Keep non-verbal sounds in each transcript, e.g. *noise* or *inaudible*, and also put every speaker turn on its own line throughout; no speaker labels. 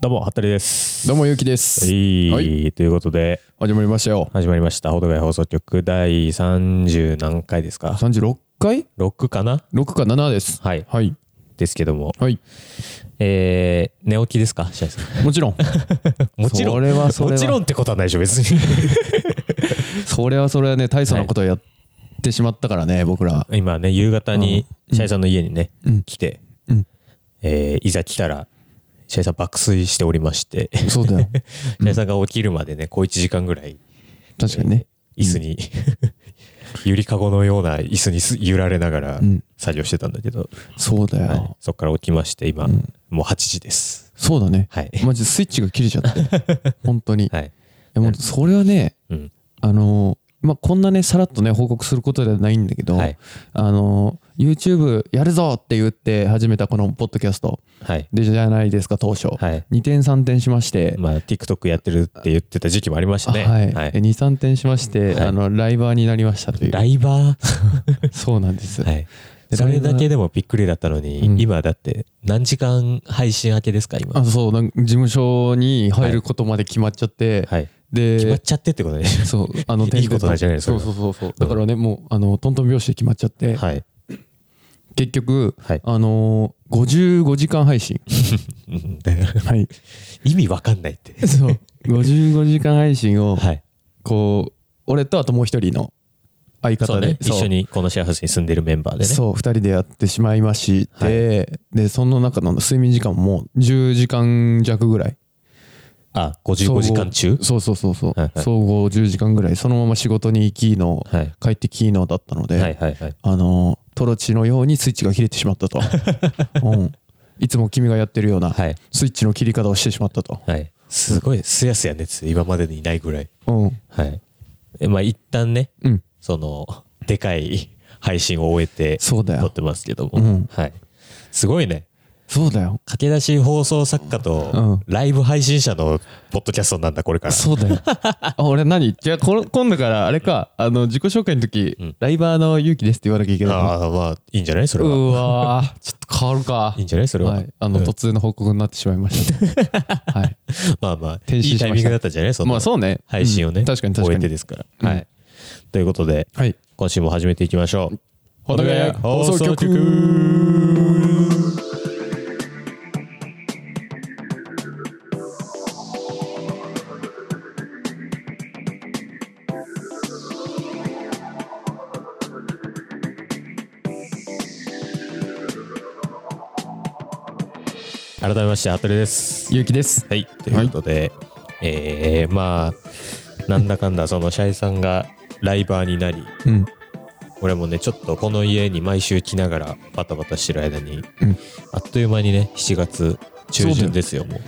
どうも、ハッタリです。
どう
も。
もゆうきで
は
す。
い、
はい
ということで、
始まりましたよ。
始まりました。ほどがい放送局第30何回ですか
三十六回、
?6 かな
六か七です。
はい。
はい
ですけども、
はい。
えー、寝起きですか白井さん
もちろん。
*laughs* もちろん。
それはそれは
もちろんってことはないでしょ、別
*laughs*
に。
それはそれはね大層なことをやってしまったからね僕ら。
今ね、夕方に、シャイさんの家にね、来て、
うん
えーいざ来たら、シャイさん爆睡しておりまして、
そ
*laughs*
うだよ。
シャイさんが起きるまでね、こう1時間ぐらい、
確かにね。
椅子に、 *laughs* ゆりかごのような椅子にす揺られながら
ん
作業してたんだけど、
そうだよ。
はい、そこから起きまして今、もう8時です
そうだね。 *laughs*
はい
マジスイッチが切れち
*laughs*
ゃって。本当に。い
はい
やもうそれはね
うん
あのーまあこんなねさらっとね報告することではないんだけど、
はい
あのー YouTube やるぞって言って始めたこのポッドキャスト
はい
でじゃないですか当初。
はい
二点三点しまして。
まあ TikTok やってるって言ってた時期もありましたね
はい、23点しまし
は
て、
い
あのライバーになりましたという
ライバ
そうなんです、
ーはい
で
それだけでもびっくりだったのに、
うん
今だって何時間配信明けですか今
あそうなん事務所に入ることまで決まっちゃって、
はい
で
決まっちゃってってことね
そうあ
*laughs*
の
いいことなんじゃないです
そ
か
うそうそうそうだからねもうあのトントン拍子で決まっちゃって、
はい
結局、
はい
あのー、55時間配信
うんだから
はい
意味わかんないって
*laughs* そう55時間配信を、
はい
こう俺とあともう一人の相
そう
方で
ね一
そう
緒にこのシェアハウスに住んでるメンバーでね
そう2人でやってしまいまして、でその中の睡眠時間も10時間弱ぐらい
あ55時間中
そうそうそうそう、
はいはい
総合10時間ぐらいそのまま仕事に行きの、
はい
帰ってきのだったので、
はいはいはい
あのトロチのようにスイッチが切れてしまっ
*laughs*
たと、うん、いつも君がやってるような、
はい
スイッチの切り方をしてしまったと、
はいすごいすやすや熱今までにないぐらい
うん
はい。えまあ一旦ね、
うん
その、でかい配信を終えて、
そうだよ
撮ってますけども、
うん
はい。すごいね。
そうだよ
駆け出し放送作家と、ライブ配信者のポッドキャストなんだ、これから。
そう
*laughs*
だよあ俺何じゃあこの今度からあれかあの自己紹介の時、
ん
ライバーの勇気ですって言わなきゃいけないな
ああ、まあ、いいんじゃないそれは。
うわーちょっと変わるか
いいんじゃないそれは。
はい、あの、
うん
突然の報告になってしまいました、
*laughs*
はい、
まあまあ、い
転身し
い
ました
タイミングだったんじゃないその、
まあそうね
配信をね、
うん確かに確か
終えて
に
ですから。
うん
はい。ということで、
はい
今週も始めていきましょう。
ホタガヤ放送局
改めまして、ハトレです。
ゆうきです
はい、ということで、えー、まあ、なんだかんだ、その、シャイさんがライバーになり、
うん
俺もね、ちょっとこの家に毎週来ながら、バタバタしてる間に、
うん
あっという間にね、7月中旬ですよ、もう。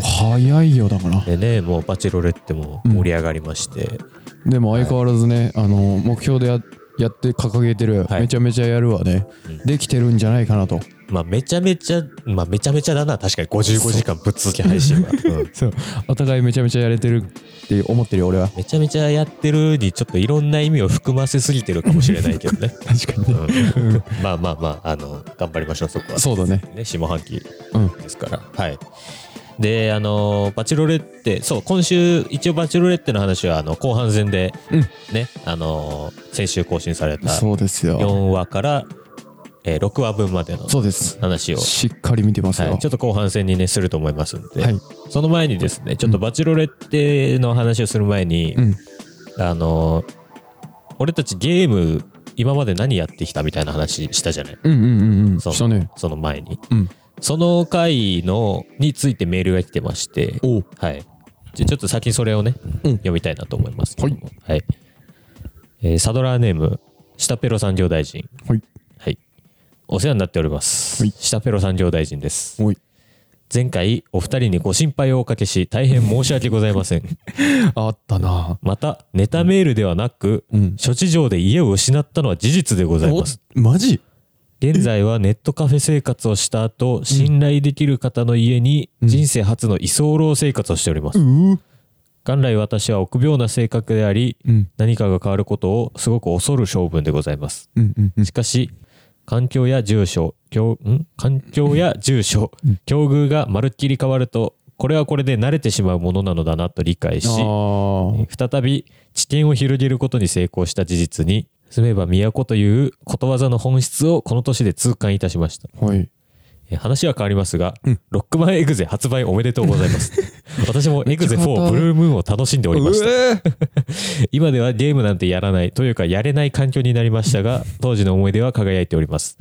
早いよだから
でね、もう、バチェロレッテも盛り上がりまして、
でも相変わらずね、あの目標でややって掲げてる、
はい
めちゃめちゃやるわね、できてるんじゃないかなと
まあ、めちゃめちゃ、まあ、めちゃめちゃだな、確かに55時間ぶっ続け配 *laughs* 信は。うん
そうお互いめちゃめちゃやれてるって思ってるよ俺は
めちゃめちゃやってるにちょっといろんな意味を含ませすぎてるかもしれないけどね。
確かにね
うんまあまあまあ、あの、頑張りましょう、そこは。
そうだね
ね、下半期
うん
ですから。はい。で、あの、バチェロレッテ、そう、今週、一応バチェロレッテの話は、あの、後半戦で、
うん
ね、あの、先週更新された
そうです
4
よ
話から、えー6話分までの
そうです
話を、
しっかり見てますよ、
はい、ちょっと後半戦にね、すると思いますんで、
はい
その前にですね、ちょっとバチェロレッテの話をする前に、
うん
あの、俺たちゲーム、今まで何やってきたみたいな話したじゃない
うんうんうんうん
そう
したね
その前に。
うん
その回のについてメールが来てまして、
おう
はい。じゃちょっと先にそれをね、
うん
読みたいなと思いますけども。はい。えーサドラーネーム、下ペロ産業大臣。
はい
はい。お世話になっております。
はい
下ペロ産業大臣です。
おい
前回、お二人にご心配をおかけし、大変申し訳ございません。
あったな
また、ネタメールではなく、
うん
諸事情で家を失ったのは事実でございます。
おマジ
現在はネットカフェ生活をした後、信頼できる方の家に人生初の居候生活をしております。
うう
元来私は臆病な性格であり、
うん
何かが変わることをすごく恐る性分でございます。
うんうんうん
しかし、環境や住所、境ん環境や住所、境遇がまるっきり変わると、これはこれで慣れてしまうものなのだなと理解し、
あ
再び知見を広げることに成功した事実に、住めば都ということわざの本質をこの年で痛感いたしました。
あ、はい。
え話は変わりますが、ロックマンエグゼ発売おめでとうござい
*laughs*
ます。私もエグゼ
めっちゃ簡
4
単
ブルームーンを楽しんでおりました。
えー
今ではゲームなんてやらないというかやれない環境になりましたが当時の思い出は輝いております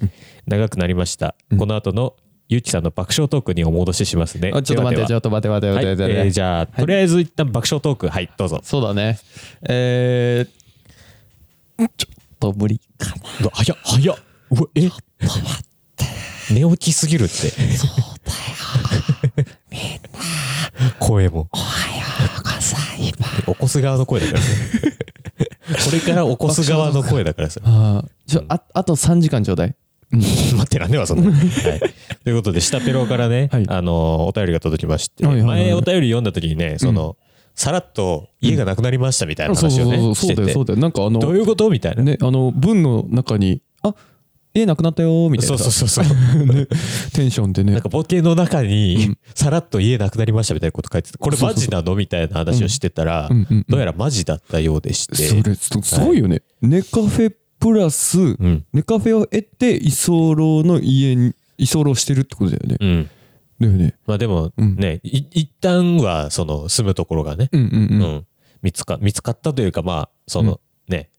長くなりました、この後のゆうきさんの爆笑トークにお戻ししますね
あちょっと待って、ち
で
ょ
は
っと待って、待って、
ではは
待っ
い
て、待って
えーじゃあとりあえず一旦爆笑トークはいどうぞ
そうだね。えー、ちょっと無理かな。
うわ早っ早っうわえ寝起きすぎるってそうだよみんな声もおはようございます起こす側の声だからね
*laughs*
これから起こす側の声だからさ
あーちょああと3時間ちょうだい。
待ってらんねえわ、そんな。
*laughs*
はい。ということで、下ペロからね、
はい
あのー、お便りが届きまして、
はいはいはい
前お便り読んだ時にね、その、さらっと家がなくなりましたみたいな
そう
話
そ
を
うそ
ね、
う、
し
そ
て
うだよ、
て
そう、だよ。なんかあ
ど
の
う、いうことみたいな。
ね、あの、文の中に、あ家なくなったよ、みたい
そ
な
う
さ。
そうそうそう。
テンションでね。
なんかボケの中に、さらっと家なくなりましたみたいなこと書いてて、これマジなのみたいな話をしてたら
うんうんうん、
どうやらマジだったようでし
そ
て、
れすすごいよね、ネカフェプラス、
ん
ネカフェを得て居候の家に居候してるってことだよね、
うん。
だよね
まあでも、
うん
ね、い一旦は、その、住むところがね、
うんうんうん、
うん、見つか見つかったというかまあその、ね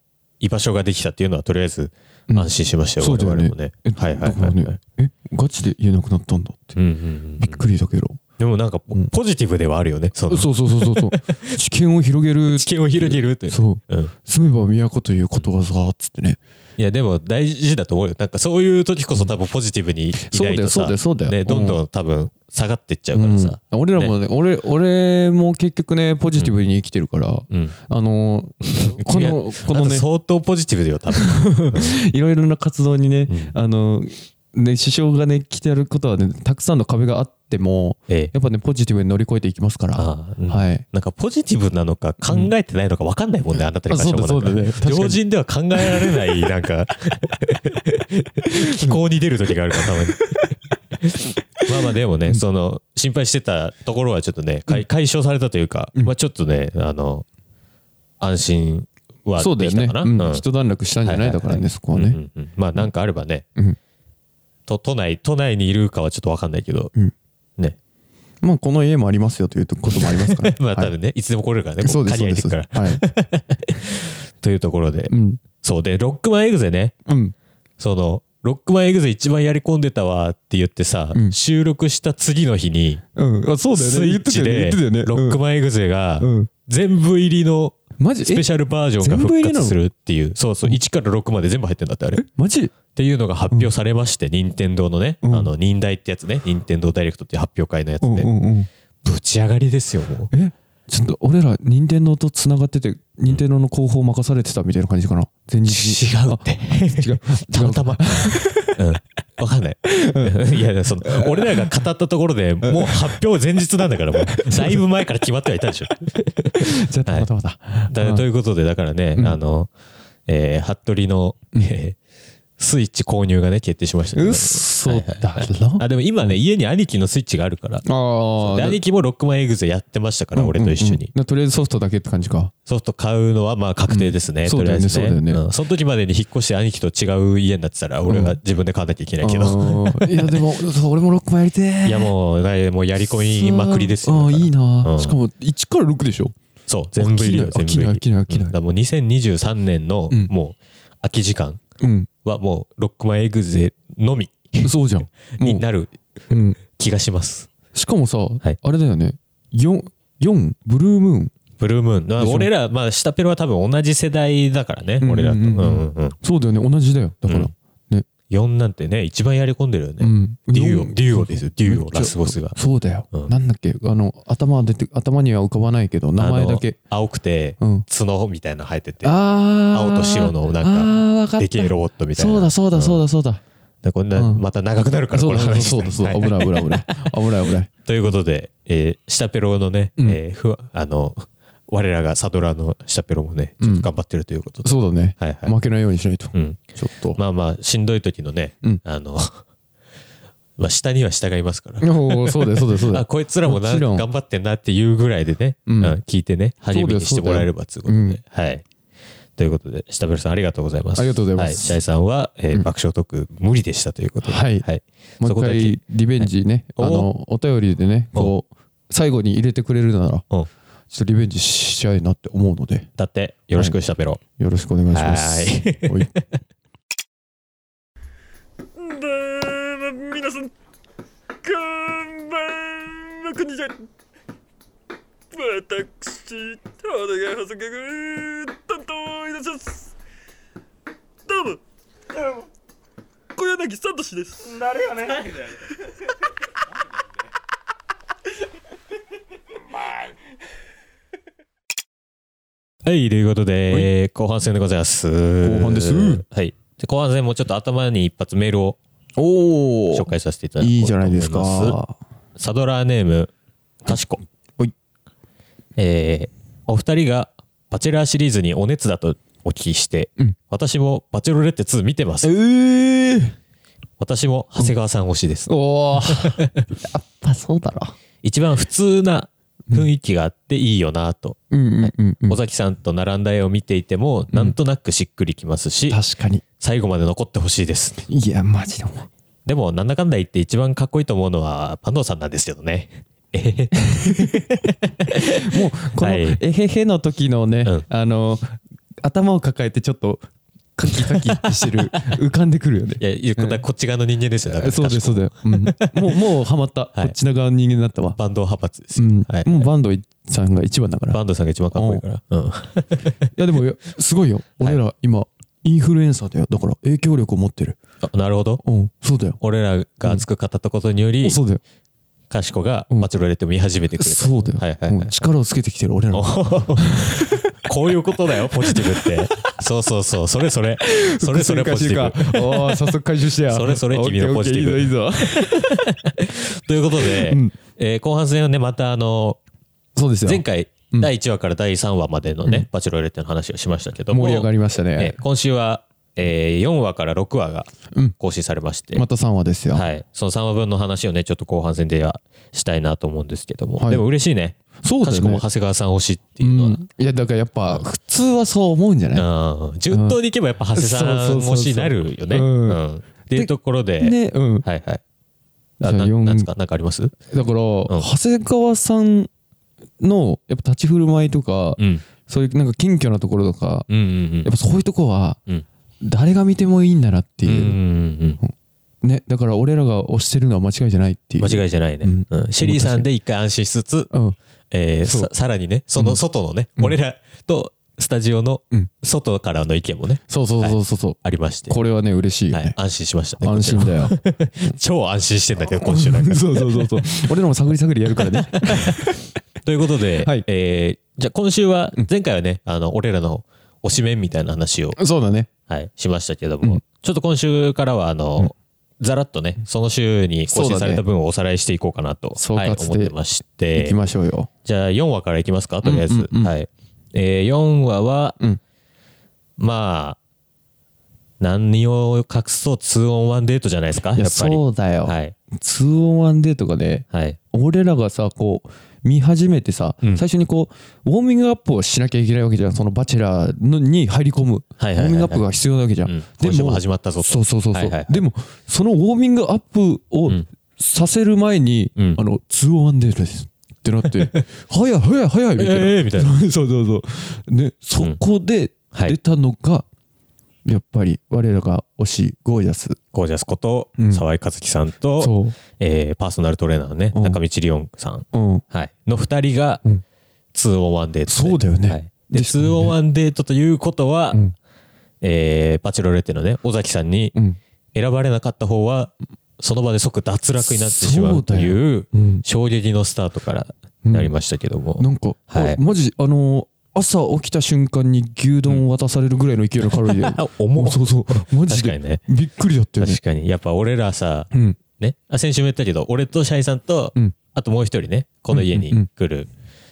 居場所ができたっていうのはとりあえず
うん
安心しましたよ、
そうだ
我
よ
々
ね
もね
え
はいはい
だから
はい、
ねえガチで家なくなったんだって、
うんうんうん
びっくりだけど、
でもなんかポポジティブではあるよねその
そうそうそうそうそう
*laughs*
知見を広げる
知見を広げるという
そう
うん、
住めば都ということわざっつってね
いやでも大事だと思うよなんかそういう時こそ多分ポジティブにいないと
そう
さ
だよそうだよそうだよ
ねどんどん多分下がってっちゃうからさ、
うん俺らもね俺俺も結局ねポジティブに生きてるから、
うん
あの
*laughs*
ーこのこ
あ
の
と
ね
相当ポジティブだよ多分
いろいろな活動にね、あの、ね、支障がね、来てやることはね、たくさんの壁があっても、
ええ
やっぱね、ポジティブに乗り越えていきますから。
ああうん
はい。
なんかポジティブなのか考えてないのか分かんないもんね、あなたに関しても
あそうだ
なんか
そうだね確かに
常人では考えられない、なん
*laughs*
か、気候に出る時があるから、
*laughs*
たまに。まあまあでもね、その、心配してたところはちょっとね、解解消されたというか、まあちょっとね、あの、安心は
そうだ
で
よ
きた
ね。
かな。
うん
うん
一段落したんじゃないだからね、そこは
うんう
ね。
んうんまあなんかあればね、
うん
と都内、都内にいるかはちょっと分かんないけど、
うん
ね、。
まあ、この家もありますよということもありますから
まあ多
は
分ね、い、つでも来れるからね、
い
こ
そう
う
です、
借
そう
り
で
上げて
す。
くか
は
ら
い。。
というところで、
うん。
そうで、ロックマンエグゼね、
うん。
その、ロックマンエグゼ一番やり込んでたわって言ってさ、
うん
収録した次の日に、
うん。あ、そうだよね。
スイ
言
ッ
ってた
チ
よね。言
で、
ってたよね。
ロックマンエグゼが
う、んうん。
全部入りの
マジ
スペ
え
シャルバージョンが復活するっていう、そうそう、1から6まで全部入ってんだって、あれ。っ
マジ
ていうのが発表されまして、任天堂のね、
うん
あの、任大ってやつね、任天堂ダイレクトっていう発表会のやつ
うんう
で、
んうん。
ぶち上がりですよ、もう。
えちょっと俺ら、任天堂と繋がってて、任天堂の広報任されてたみたいな感じかな。前日
*laughs* 違うって。
に。違う。
たまたま。うん。わかんない。いやいや、その、俺らが語ったところでもう発表前日なんだから、もう、だいぶ前から決まってはいたでしょ。
*laughs* じゃあ、たまたまだ。
だということで、だからね、あの、えー、服部の、えースイッチ購入がね、決定しましたけど
うっそだろ
あ、でも今ね、家に兄貴のスイッチがあるから。
ああ
で兄貴もロックマンエグゼやってましたから、俺と一緒に。
とりあえずソフトだけって感じか
ソフト買うのはまあ確定ですね。
うん
とりあえず
そうだよねそうだよね
んその時までに引っ越して兄貴と違う家になってたら、俺は自分で買わなきゃいけないけど。
あーいやでもそう俺もロックマンやりてえ
いやもう、だいもうやり込みまくりですよ。
ああ
だから
いいな、
うん
しかも1から6でしょ
そう、全部入りよ、全
飽
部
き
入り。
ない飽きない飽
う
き
ん
な
だか
い飽きない
らもう2023年の、
うん
もう、空き時間
うん、
はもう、ロックマンエグゼのみ
そ
*laughs*
うじゃんもう
になる
うん、
気がします。
しかもさ、
い
あれだよね 4, 4ブルームーン
ブルームーンまあ。
でしょ
俺ら、まあ、下ペロは多分同じ世代だからね、
うん
俺らと。う
うんん
う
うんん
うん。
そうだよね同じだよだから、
うん4なんてね、一番やり込んでるよ
う
ね。
ん
デュオ、デュオですよ、デュオ、ラスボスが。
そうだよ、
うん
なんだっけあの頭は出て頭には浮かばないけど名前だけ
あの青くて、
うん
角みたいなの生えてて、
あー
青と白のなん
あー
か
わかった
でけえロボットみたいな。
そうだそうだそう
だ。
だそうだ、
でこんな、
うん
また長くなるから、
そ
こ
う
の
だそうだ
話。
そうだそ
は
うだ
い
危ない危ない危ない危ない危ない
ということで、えー、下ペロのね、
うん
えーふわあの、我らがサドラーの下ペロもね、ちょっと頑張ってるということで。
そうだね、
はいはい
負けないようにしないと、
うん。
ちょっと、
まあまあ、しんどい時のね、 *laughs*
うん
あの、まあ、下には従いますから。
おーそうだよ、そうだよ、そうだ
*laughs* あ、
よ。
こいつらもな
もちろん
頑張ってんなっていうぐらいでね、
うん
うん聞いてね、励みにしてもらえればということで。
そうだよ
はい。ということで、下村さんありがとうございます。
ありがとうございます
はシャイさんは、えー爆笑特区無理でしたということで。
はいも
そこ
う
だけ。
一回リベンジね、
はい
あの、お便りでね、こう、最後に入れてくれるなら、ち
うん
ょっとリベンジしちゃいなって思うので、
だって、よろしくしゃべろ
よろしくお願いします。
はー *laughs*
*laughs* はい。
皆さん、こんばんは、こんにちは。私、お願い補足役、担当いたします。どうも、小柳聡です。誰やね
う。はい、ということで、えー後半戦でございます。後
半です
はい。で後半戦もちょっと頭に一発メールを
お
紹介させていただこうと思います。
いいじゃないですか。
サドラーネーム、かしこ。
ほい
えーお二人がバチェラーシリーズにお熱だとお聞きして、
うん
私もバチェロレッテ2見てま
え
す。
ー、
私も長谷川さん推しです。
お
*laughs*
ーやっぱそうだろ。
一番普通な雰囲気があっていいよなと。
うんうんうん、うん
尾崎さんと並んだ絵を見ていても、なんとなくしっくりきますし、
確かに。
最後まで残ってほしいです。
いや、マジでも
でも、なんだかんだ言って一番かっこいいと思うのは、パンドーさんなんですけどね。
う。もう、この、
はい
えへへの時のね、
うん
あの、頭を抱えてちょっと、カキカキってして
*laughs*
る、浮かんでくるよね。
いやいや、こんなこっち側の人間ですよ。だから
そうです、そうだよ。うん、も
*laughs*
う、もうハマった。
はい
こっちの側の人間になったわ。
バンド派閥です
う
よ。
ん、
はい
もうバンドさんが一番だから。い
バンドさんが一番かっこいいから。うん。
や、でも、いやすごいよ。俺ら今、インフルエンサーだよ。だから、影響力を持ってる。
あなるほど。
うん、そうだよ。
俺らが熱く語ったことにより、
そうだよ。
かしこが
うん
バチェロレッテを見始めてくれた。
そうだよ、
はいはいは
う
い
ん。力をつけてきてる俺ら
お
が
ほほほ *laughs* こういうことだよ、ポジティブって。そうそうそう、それそれ。それそれポジティ
*laughs*
ブ。
ブおー早速回収してや
それそれ君のポジティブ
*laughs* オッケーオッケーいいぞいいぞ
ということで、えー後半戦はね、またあの、
そうですよ
前回、第1話から第3話までのね、バチェロレッテの話をしましたけども、
盛り上がりました
え
ね
ー今週は、え4話から6話が更新されまして、
また3話ですよ、
はい、その3話分の話をね、ちょっと後半戦ではしたいなと思うんですけども、
はい
でも嬉しいね。
そうだよね
かしこも長谷川さん推しっていううのは。
ん、いやだからやっぱ普通はそう思うんじゃない、
うん順当にいけばやっぱ長谷さん
そうそうそうそう
推しになるよね。
うん
うんっていうところで、
ねうんだか
はいはい。
じ
あ
ゃあ
な
四
なんですかなんかあります
ら、長谷川さんのやっぱ立ち振る舞いとか、
うん。
そういうなんか謙虚なところとか、
うんうん
やっぱそういうとこは
うん。うん
誰が見てもいいんだなって
うんう
いう、
ん
ねだから俺らが推してるのは間違いじゃないっ
う
てい
ん。
う
間違いじゃないね。
うん
うんシェリーさんで一回安心しつつ、
うん
えー
そう
ささらにね、その外のね、俺らとスタジオの
うん
外からの意見もね、
そうそうそうそうそう、
ありまして、
これはね嬉しいよ
はい
ね、、
安心しましたね。
安心だよ
超安心してんだけど、今週なん
*laughs*
か。
そうそうそうそう俺らも探り探りやるからね
ということで、
はい
えーじゃあ今週は、前回はね、あの、俺らの推しメンみたいな話を、
そうだね
はい、しましたけども、ちょっと今週からは、あの、ざらっとね、その週に更
そうだ
新
ね
された分をおさらいしていこうかなと、
総括
はい、
で
思ってまし
行
て
き、ましょうよ
じゃあ4話からいきますか、とりあえず。
うんうんうん
はい。えー、4話は、
うん
まあ、何を隠そう 2on1 デートじゃないですか、やっ
い
ぱ
や
り。
そうだよ、
はい。
2 on 1デートがね
はい。
俺らがさこう見始めてさ、
うん
最初にこうウォーミングアップをしなきゃいけないわけじゃんそのバチェラーのに入り込む、
はいはいはいはい
ウォーミングアップが必要なわけじゃん、
うん今週も始まったぞと
そうそうそうそう、
はいはいはい
でもそのウォーミングアップを
ん
させる前に、
うん
あの2 on 1デートですってなって早い早い早いみたいな、
えーみたいな
そうそうそうねそこで
はい
出たのが、やっぱり我らが推しゴージャス
ゴージャスこと、
うん
沢井和樹さんと、
そ
えーパーソナルトレーナーのね、
うん
中道リオンさん、
う、うん、
はい、の2人が
うん
2オンワンデートで、
そうだよね、
はい、で
ですよ
2オンワンデートということは、
うん
えーバチェロレッテのね尾崎さんに
うん
選ばれなかった方はその場で即脱落になってしまうという
うん、
衝撃のスタートからなりましたけども、
なんか、
はい
あマジあのー朝起きた瞬間に牛丼を渡されるぐらいの勢いのカロリーで、
*laughs* あ重っ
そうそうマジ
確かに
で、
ね
びっくりだったよね
確かにやっぱ俺らさ、
うん
ね、あ先週も言ったけど俺とシャイさんと、
うん
あともう一人ねこの家
うんうんう
に
ん
来る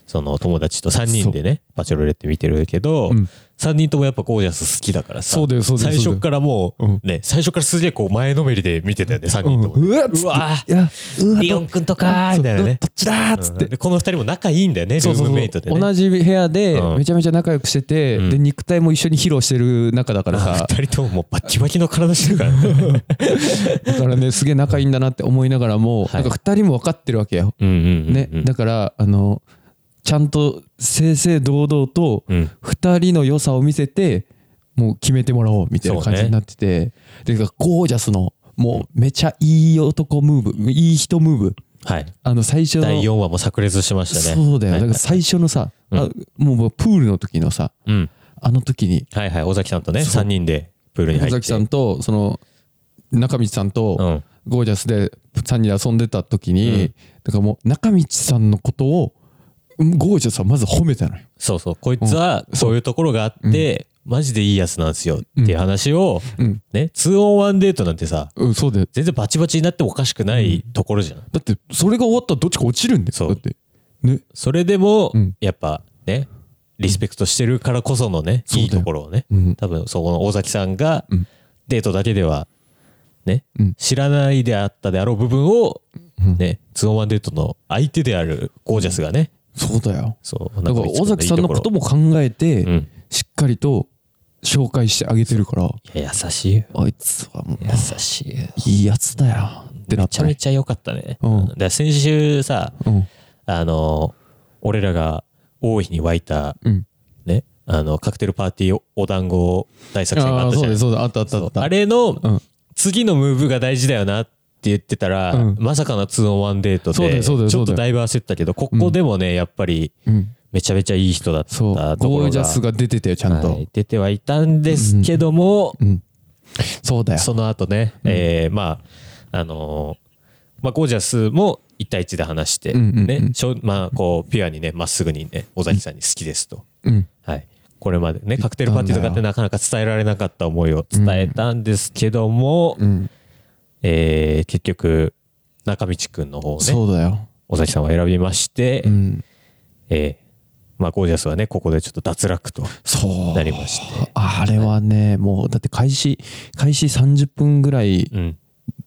その友達と3人でね、バチェロレって見てるけど、
うん
3人ともやっぱゴージャス好きだからさ。
そうだよそうだよ
最
そ
初
うだよ
からもう、
うん
ね、最初からすげえこう前のめりで見てたよね、3人とも。
うんうわっつって
うわ
いやうわ
リオンくんとかーみたいなね。
どっちだーっつって
うんでこの2人も仲いいんだよね、ル
そう
ー
そう
ム
そう
メイトでね。
同じ部屋で
うん
めちゃめちゃ仲良くしてて、
うん
で肉体も一緒に披露してる仲だからさ
2人とももうバッキバキの体してるから
*laughs*
ね。
だからねすげえ仲いいんだなって思いながらも、
はい
なんか2人も分かってるわけよ、
うんうんうんうん
ねだからあのちゃんと正々堂々と
うん
2人の良さを見せてもう決めてもらおうみたいな感じになってて、でゴージャスのもうめちゃいい男ムーブいい人ムーブ
はい。
あの最初の
第4話も炸裂しましたね。
そうだよ、
はい
だから最初のさ、あもうもうプールの時のさ
うん。
あの時に
はいはい、尾崎さんとね、
そう
3人でプールに入っ
尾
て。
崎さんとその中道さん
う
と
ん。
ゴージャスで3人で遊んでた時に、
うん
だからもう中道さんのことをゴージャスはまず褒めたのよ
そうそう、こいつはそういうところがあって、マジでいいやつなんですよっていう話を、
うん、
ね、2オンワンデートなんてさ、
うん、そうだよ
全然バチバチになってもおかしくないところじゃん。
だってそれが終わったらどっちか落ちるんだ
そ
よ
う
だってね
それでも
うん、
やっぱね、リスペクトしてるからこそのね、
そうだ
い
よ
いところをね
うん、
多分そこの尾崎さんが
うん
デートだけでは、ね
うん、
知らないであったであろう部分を、
うん
ね、2オンワンデートの相手であるゴージャスがね、
そうだよ
そう、
だから尾崎さんのこと
も、
も考えて、
うん、
しっかりと紹介してあげてるから
いや優しいよ。
あいつはもう
優しいよ。
いいやつだよってな
め
っ
ちゃ
た
め
ね
ちゃ良かったね。
うん
だから先週さ、
うん
あの、俺らが大いに湧いた、
うん
ね、あの、カクテルパーティーお団子大作戦が
あ
あ
あ
った
そ
じゃ
うだ
ん。
よそうだあったあった
そ
あ
う
った
あれの
うん
次のムーブが大事だよなって言ってたら、
うん
まさかの2 on 1デート
そうだ
で、
よ
ち
そうだよ
ょ
そ
っ
うだ
と
よ
だいぶ焦ったけど、ここでもね、やっぱり
うん
めちゃめちゃいい人だったと
そう
ころが。
ゴージャスが出てたよちゃんと、
はい出てはいたんですけども、
うんそうだよ
その後ね、えーまあ、あのーまあ、ゴージャスも1対1で話して、
うんうんうん
ね、しょまあ、こう、ピュアにね、まっすぐにね、尾崎さんに好きですと。
うん
はい。これまでね、カクテルパーティーとかってなかなか伝えられなかった思いを伝えたんですけども、
うん
えー結局、中道くんの方をね、
そうだよ
尾崎さんを選びまして、
うん
えーまあ、ゴージャスはね、ここでちょっと脱落と
そう
なりまして。
あれはねもうだって開始開始30分ぐらい
うん。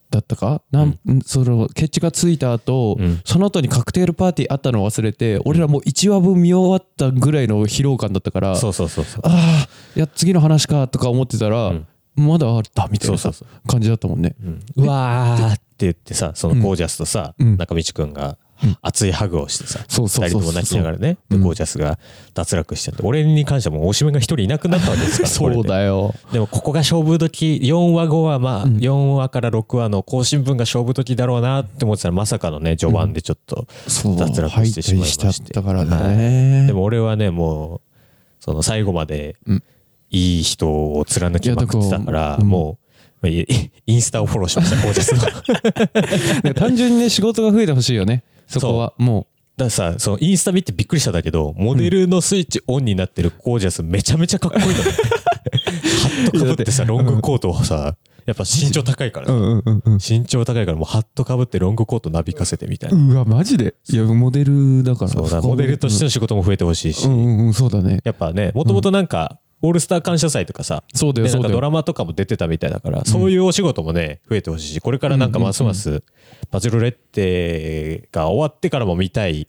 だったかなん、そのケチがついた後、
うん
その後にカクテルパーティーあったのを忘れて俺らもう1話分見終わったぐらいの疲労感だったから
そうそうそうそう。
あーいや次の話かとか思ってたら、
うん
まだあったみたいなさ
そうそ
感じだったもんね、
うわーって言ってさそのゴージャスとさ、
うん
中道くんが熱いハグをしてさ、
そうそう
二人
そう
とも泣きながらね、
うん
でゴージャスが脱落しちゃって俺に関してはもうおしめが一人いなくなったわけですから
*laughs* そう
よ
だよ
でもここが勝負時4話5話まあ4話から6話の更新分が勝負時だろうなって思ってたらまさかのね序盤でちょっと
そう
脱落してしまいまして
敗退しちゃったからね、
でも俺はねもうその最後まで
うん
いい人を貫きまくってたか
いやだ
ら
から
もういインスタをフォローしましたゴージャスの。
で単純にね仕事が増えてほしいよねそこはも
だからさ、そのインスタ見てびっくりしたんだけど、モデルのスイッチオンになってるゴージャスめちゃめちゃかっこいいのね。
*laughs*
ハットかぶってさ、ロングコートをさ、やっぱ身長高いから
う
さ、
んうんうん
身長高いからもうハットかぶってロングコートなびかせてみたいな。
んうわマジでいやモデルだから
そうだ、モデルとしての仕事も増えてほしいし
う、んうんうんそうだね
やっぱね、もともとなんか、オールスター感謝祭とかさ、
そうだよ
でな
そ
ん
う
か
だ
ド
よ
ラマとかも出てたみたいだから、そういうお仕事もね、増えてほしいし、これからなんかますます、バチェロレッテが終わってからも見たい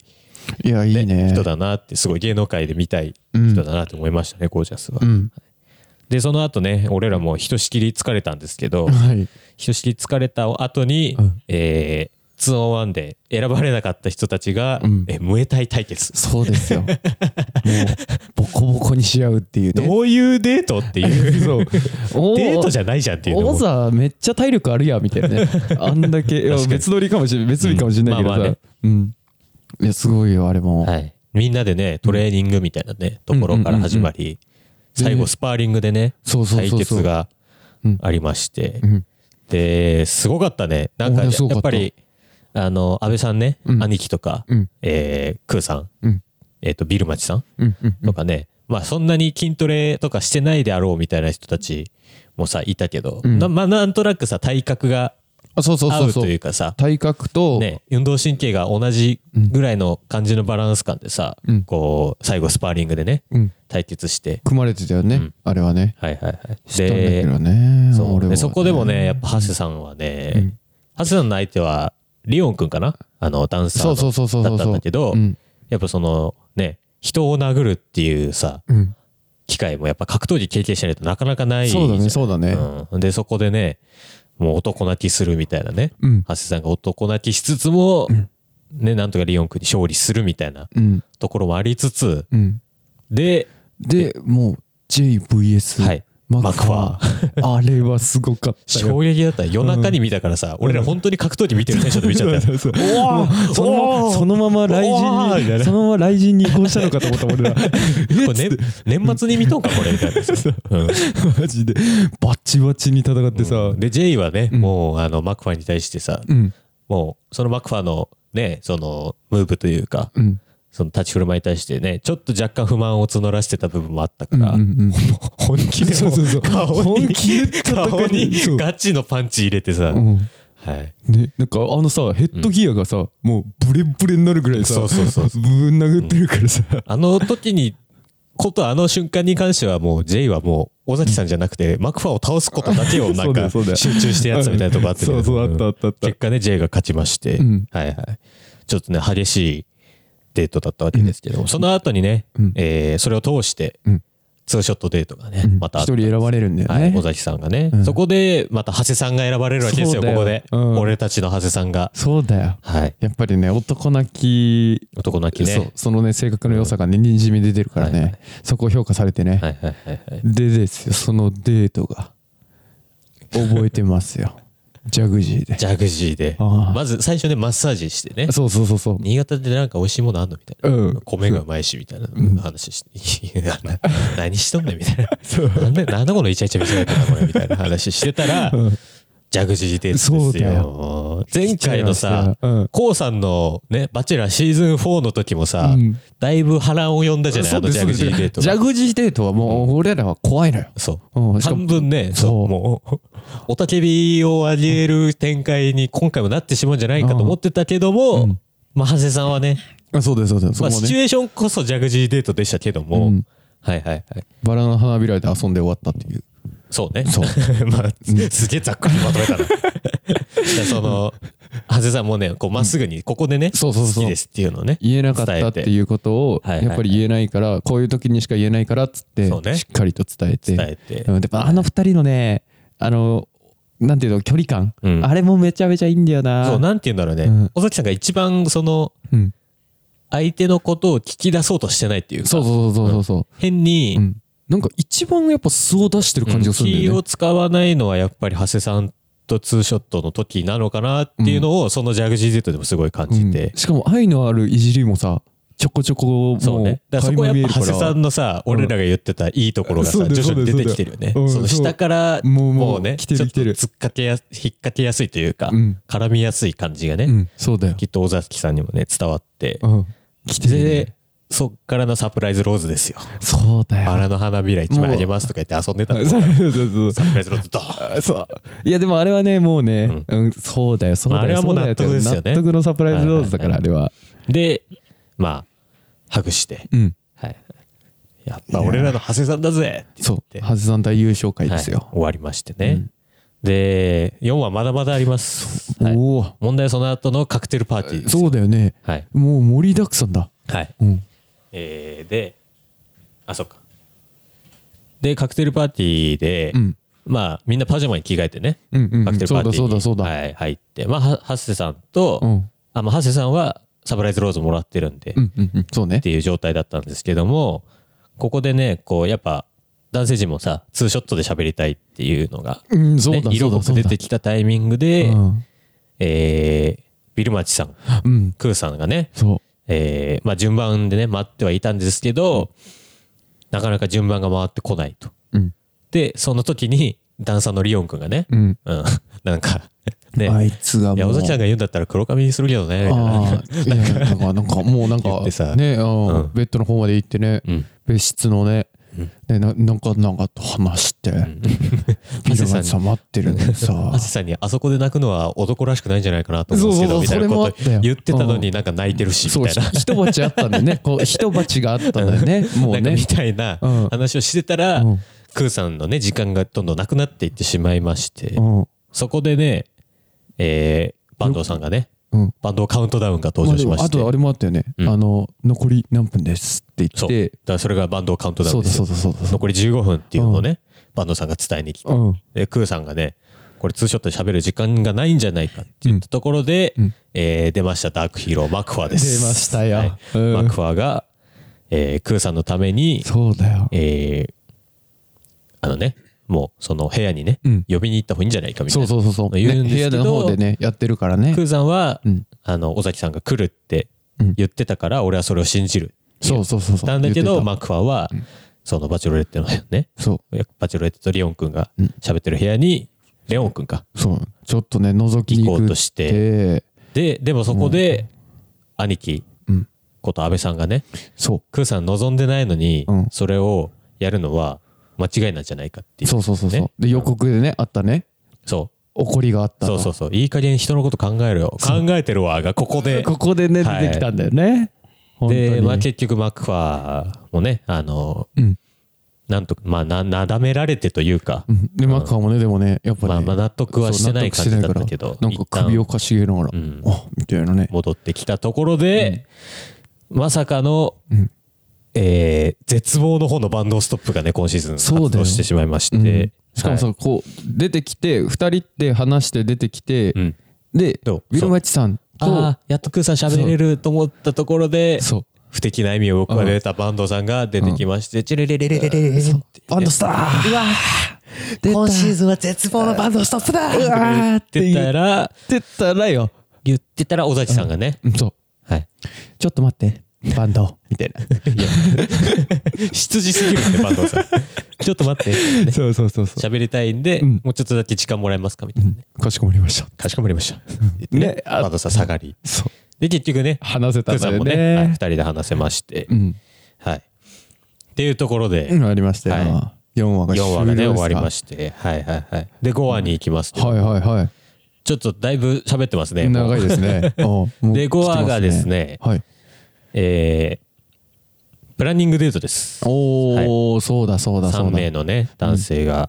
いやいいね
人だなってすごい芸能界で見たい人だなって思いましたね、ゴージャスは。
うん
でその後ね俺らもひとしきり疲れたんですけど
はい
ひとしきり疲れた後に、
うん
えー、2 on 1で選ばれなかった人たちが、
うん
えームエタイ対決、
そうで
*laughs*
すよもうボコボコにし合うっていうね
どういうデートっていう
*laughs* そう
デートじ
ゃ
ゃないじゃんっていうの
王座めっちゃ体力あるやみたいな
*laughs*
ねあんだけいや
確かに
別撮りかもしれない別日かもしれないけど
うんまあまあ
さ
ね
うんいやすごいよあれも
はい、みんなでねトレーニングみたいなね、ところから始まり、最後スパーリングでね
そうそうそうそう
対決が
うん
ありまして、
うん
ですごかったねなんか
俺
や
はすごか
っ
っ
ぱ
た
りあの安倍さんね、
うん
兄貴とか、
うん
えークーさん、
うん
えー、とビルマチさん
うんうん
とかね、まあそんなに筋トレとかしてないであろうみたいな人たちもさいたけど、
うん
なまあなんとなくさ体格が
あそうそう
合
そう
う
そ
といううかさ、
体格と、
ね、運動神経が同じぐらいの感じのバランス感でさ、
うん
こう、最後スパーリングでね、
うん、
対決して、
組まれてたよね、
うん
あれはね
はいはいはい。
知ったんだけ
で、
どね
そう
俺は
でそこでもね、やっぱ、ハセさんはね、
うん
ハセさんの相手は、リオンくんかなあの、ダンサー
そ
の
うそうそうそう
だ
そ
っ
う
たんだけど、
うん
やっぱその、ね、人を殴るっていうさ、
うん、
機会もやっぱ格闘技経験しないとなかなかないじゃ
そ
ん。
うだねそうだね
うんで、そこでね、もう男泣きするみたいなね。
うん
ハセさんが男泣きしつつも、ね、なんとかリオン君に勝利するみたいな
うん
ところもありつつ、
うん
で、
でもう JVS、
はい
マクファーあれはすごかったよ
衝撃だった。夜中に見たからさ、俺ら本当に格闘技見てるテンションで見ち
*laughs*
ゃったよ。おー
その
おー
そのまま雷
おーみ
神
たいな
にそのまま雷神に移行したのかと思っ
*laughs*
た俺ら
こ
*laughs*
れ、ね、年末に見とんか、これ、みたいな。うん
マジでバッチバチに戦ってさ、
で、ジェイはね、
うん
もう、あの、マクファーに対してさ、
うん
もう、そのマクファーのね、その、ムーブというか、
うん
その立ち振る舞いに対してね、ちょっと若干不満を募らせてた部分もあったから、
うんうんうん
ほ本気で
そうそうそう
顔に
本気で戦う
顔に
そう
ガチのパンチ入れてさ、
うん
はい。
ね、なんかあのさヘッドギアがさ、もうブレブレになるぐらいさ
そうそうそう
ぶん殴ってるからさ、
あの時に、ことあの瞬間に関してはもう J はもう尾崎さんじゃなくてマクファーを倒すことだけをな
そ
ん
うだ
か
よそうだ
集
よ
中してやつみたいなとこあって
そうそうあったあったあった
結果ね J が勝ちまして、
うん
はいはいちょっとね激しいデートだったわけですけども、その後にね、
うん
えーそれを通して、
うん
ツーショットデートがね、またあった
一人選ばれるんだよね、
はい、尾崎さんがね、
うん
そこでまた長谷さんが選ばれるわけですよ
そう
こ
だよ
こで、
うん
俺たちの長谷さんが
そうだよ
はい
やっぱりね男泣き
男泣きね
そうそのね性格の良さがねにじみ出てるからね、
はいは
そこを評価されて
は
ね、
いはいはいはい
でですよそのデートが覚えてますよジャグジー
*laughs*
で
ジャグジーで
ああ
まず最初ねマッサージしてね
そうそうそうそう
新潟でなんか美味しいものあんのみたいな、
うん
米がうまいしみたいな話して、いや
*laughs*
な何しとんねんみたいななんでなんだこのイチャイチャ見せられたんだこれみたいな話してた
*laughs*
ら、ジャグジーデート
そう
です
だ
よ前回のさ、
うん
コウさんのね「バチェラー」シーズン4の時もさ、
うん
だいぶ波乱を呼んだじゃない
そ
あ
う
の
です
ジャグジーデート
ジ
が
ャグジーデートはもう俺らは怖いのよ
そう、
うんしかも
半分ねそう
そう
もうおたけびをあげる展開に今回もなってしまうんじゃないかと思ってたけども、まあ長谷さんはね
あそうですそうです
まあ、
そこ
シ
も
チュ
ね
エーションこそジャグジーデートでしたけども、
うん
はいはいはい。
バラの花びらで遊んで終わったっていう
そうね。 *laughs* まあ、すげえざっくりまとめ
*laughs*
たな。いやその、長谷さんもね、こう、まっすぐに、ここでね、
そうそうそう
好きですっていうのをね。
言えなかったっていうことを
伝えて
やっぱり言えないからこういう時にしか言えないからっつって
そうね
しっかりと伝えて
伝えて
うんでもあの二人のねあのなんていうの距離感
うん
あれもめちゃめちゃいいんだよな
そう、なんて言うんだろうね。
うん
尾崎さんが一番、その、
うん
相手のことを聞き出そうとしてないっていうか
そうそうそうそうそ
変に、
ううんなんか一番やっぱ素を出してる感じがするんだ
気
よね
を使わないのは、やっぱり長谷さんとツーショットの時なのかなっていうのを、そのジャグジーデートでもすごい感じて。
うんしかも愛のあるいじりもさちょこちょこ
そう
も
ね。だからそ
垣
こは
間見え
やっ
る
ぱ
か
長谷さ
ら
んのさ、俺らが言ってたいいところがさ、
そうだ
徐
よ
々に出てきてるよね。
そうだよそう
そ
だ
の
よ
下から、
もうもう
もうね、
来てる来てる
ちょっと突っかけや、引っ掛けやすいというか
うん、
絡みやすい感じが
う
ね、
んそうだよ
きっと尾崎さんにもね、伝わって。
うん来てるね
で、そっからのサプライズローズです
*laughs*
よ。
そうだ
バ
よ
ラの花びら一枚あげますとか言って遊んでたの
そ
サ
う
*laughs*
そうそうそう
プライズローズドーン
あ *laughs* そういやでもあれはねもうね、うんそうだよそうだよ、
あれはもう納得ですよね
そうだ納得のサプライズローズだから
は
あれは *laughs*
で、まあ、ハグして。
うん
はい。やっぱ俺らの長谷さんだぜって言
そ
っ
う
て。
羽生さん大優勝会
は
で
い
すよ、
終わりましてね。で、4はまだまだあります。はい
おお
問題はその後のカクテルパーティーです。
そうだよね
はい。
もう盛りだくさんだ
はい。
うん
えーで、あ、そっか。で、カクテルパーティーで、
うん
まあ、みんなパジャマに着替えてね、
うんうんうん
カクテルパーティーに
そうだそうだそうだ
はい、入って、まあ、はハッセさんと、
うん
あ、まあ、ハッセさんはサプライズローズもらってるんで、
うんうんうんそうね
っていう状態だったんですけども、ここでね、こう、やっぱ、男性陣もさ、ツーショットで喋りたいっていうのが、
うんそう
ね
だそ
色
う
濃
だ
く
そう
出
だ
てきたタイミングで、
うん
えービルマチさん、
うん
クーさんがね、
そ
えーまあ順番でね、待ってはいたんですけど、なかなか順番が回ってこないと。
ううん
で、その時に、ダンサーのリオンくんがね、
うん
うん、 *laughs* なんか、ね、
あいつがもう
いや、尾崎さんが言うんだったら黒髪にするけどね、みたいな
ああいや
*laughs*
なんかなんかもうなん
言っ
か
てさ
ねあー
うん
ベッドの方まで行ってね
うん
別室のねでななんか長と話して、
*laughs*
ビルがさ待ってるのにさ
アジさんにあそこで泣くのは男らしくないんじゃないかなと思うんですけど、
そう
み
そ
た
う
いなこ
それもあった
と言
よ
ってたのになんか泣いてるし、
そう
みたいな。
ひ一鉢あったんだよねこう一鉢があったんだよ
*laughs*
ねもう
なんか
ね
みたいな
うん
話をしてたら、
うん
クーさんのね、時間がどんどんなくなっていってしまいまして、
うん
そこでね、えー、バンドさんがね、
うん
バンドカウントダウンが登場しま
あ
し
で
て、
もあとあれもあったよね、
うん
あの残り何分ですって言
そ
っ
う。だ
て
からそれがバンドカウントダウ
そ
ン
う
で
だ
す
そう
よ。
だそうだそう
残り15分っていうのをね、バンドさんが伝えに来て、
だうん
でクーさんがね、これツーショットで喋る時間がないんじゃないかって言ったところで、
うん
えー出ましたダークヒーローマクファです。
出ましたようん
マクファが、えークーさんのために、
そうだよ
えーあのね、もうその部屋にね、
うん
呼びに行った方がいいんじゃないかみたい
そう
な。
そうそうそう、ね、
言うん
部
です
屋
け
で
ど
の方でねやってるからね
クーさんは、
うん
あの、尾崎さんが来るって
うん
言ってたから、俺はそれを信じる。
そうそうそうそう
なんだけ
言って
ど、
た
マクファは、そのバチェロレッテのね、
そ
バチェロレッテとリオンくんが喋ってる部屋に、レオンくんか。
うそうちょっとね覗きに行
行こう
くって
としてで、でもそこで、兄貴
うん
こと安倍さんがね、
そ
クーさん望んでないのに
うん、
それをやるのは間違いなんじゃないかって
う
いう。
そうそうそうそう、
ね
で予告でねあったね
そ
怒りがあっ
う。
た
そうそうそう。いい加減人のこと考えろよ。考えてるわが、ここで。
ここでね
はい
出てきたんだよね、本当に
で、まあ結局マクファーもね、あの、
うん
なんとか、まあな、なだめられてというか
う、んでマッカーもねでもねやっぱね、
まあまあ納得はしてない感じだったけど
そう納得してないからなんか首をかしげながら、
ん
あみたいなね
戻ってきたところで、まさかの、
ん
えー絶望の方のバンドストップがね、今シーズン
そうだよ
発動してしまいまし
うん
て。
しかもさ、
はい
こう出てきて2人って話して出てきて、
うん
で
どう
ビルマッチさんと
あーやっとクーさん喋れると思ったところで、
そう
不敵な意味を僕が出たバンドさんが出てきまして、チェレレレレレレレレレって
バンドスターうわ
今シーズンは
絶望のバンドストップだうわーっ
言ってて
言
た
っ
ら、
てたらよ、
言ってたら尾崎さんがね、
うんそう
はい。
ちょっと待ってバンドみたいな
羊すぎるんで、バンドさん。 *laughs* ちょっと待って。
*laughs* そうそうそうそ
喋りたいんで、
ん
もうちょっとだけ時間もらえますかみたいなね。
うかしこまりました
かしこまりました。
ねあ
バンドさん下がり。
そう
で、結局ね、
話せた
クー
ん
さ
だ
んも
よ
ね、はい二
ね
人で話せまして
う。ん
はい。っていうところ
う
で、
んありましたよ、
は
4話が
4
終
話
了
がね、
ですか
終わりまして。はいはいはい。で、5話に行きますけど
はいはいはい
ちょっとだいぶ喋ってますね。もう
長いで
*laughs*
すね。
で、5話がですね、
ね。はい。
えープランニングデートです。
おお、そうだそうだそうだ。
3名のね男性が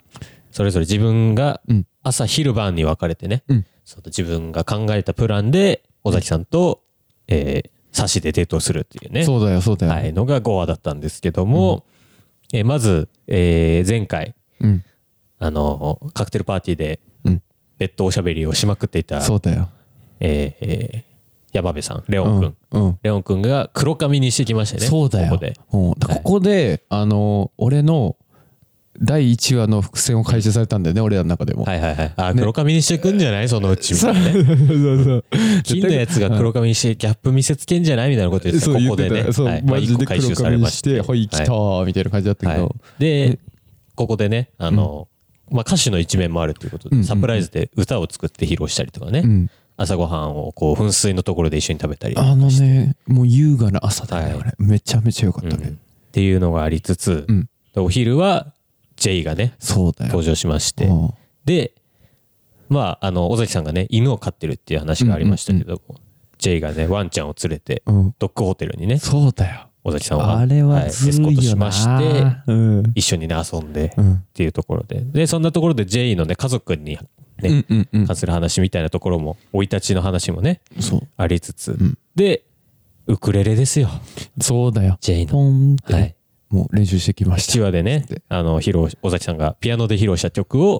それぞれ自分が
うん
朝昼晩に分かれてね、
うん
その自分が考えたプランで尾崎さんと、えー、差しでデートをするっていうね
そうだよそうだよ。
はい、のが5話だったんですけども、えーまず、えー前回
うん
あのーカクテルパーティーで
うん
別途おしゃべりをしまくっていた、
そうだよ。
えーえー山辺さんレオ
う
ン君、
んうん。
レオン君が黒髪にしてきましたね
そうだよ。
こ
う
こで
んだ
はい
ここであの俺の第1話の伏線を回収されたんだよね俺らの中でも。
はいはいはいあー黒髪にしてくんじゃないそのうちみたいなね
*laughs* そうそう。
金のやつが黒髪にしてギャップ見せつけんじゃないみたいなこと言ってた
そう
こ
言
こ
っ
で
て
ね、
た。そう
はいまあ
マジ
一個
で
回収
黒
され
髪に
まし
しててはい来たーみたいな感じだったけ
はい
ど。
でここでねあの、まあ、歌手の一面もあるということで、
うん
サプライズで歌を作って披露したりとかね、
うん。
朝ごはんをこう噴水のところで一緒に食べたり、
あのねもう優雅な朝だよ
は
ね俺めちゃめちゃ良か
う
っ
ん
た
っ
ね。
ていうのがありつつ、
うん
でお昼は J がね
そうだよ
登。場しまして、
うん
でまああの尾崎さんがね犬を飼ってるっていう話がありましたけど、J がねワンちゃんを連れて
うん。
ドッグホテルにね
そうだよ。
尾崎さんは
あれ
い
は
エ
ず
スコ
る
ート
いよ
し
な。
まして
うん。
一緒にね遊んで
う
っ
ん。
ていうところででそんなところで J のね家族に
う
ね
んうんうん。
関する話みたいなところも生い立ちの話もね
そう。
ありつつ
ん
でウクレレですよ
そうだよ。
J
ポ
の
ンってね、
はい
もう練習してきました
7。話でねあの披露尾崎さんがピアノで披露した曲を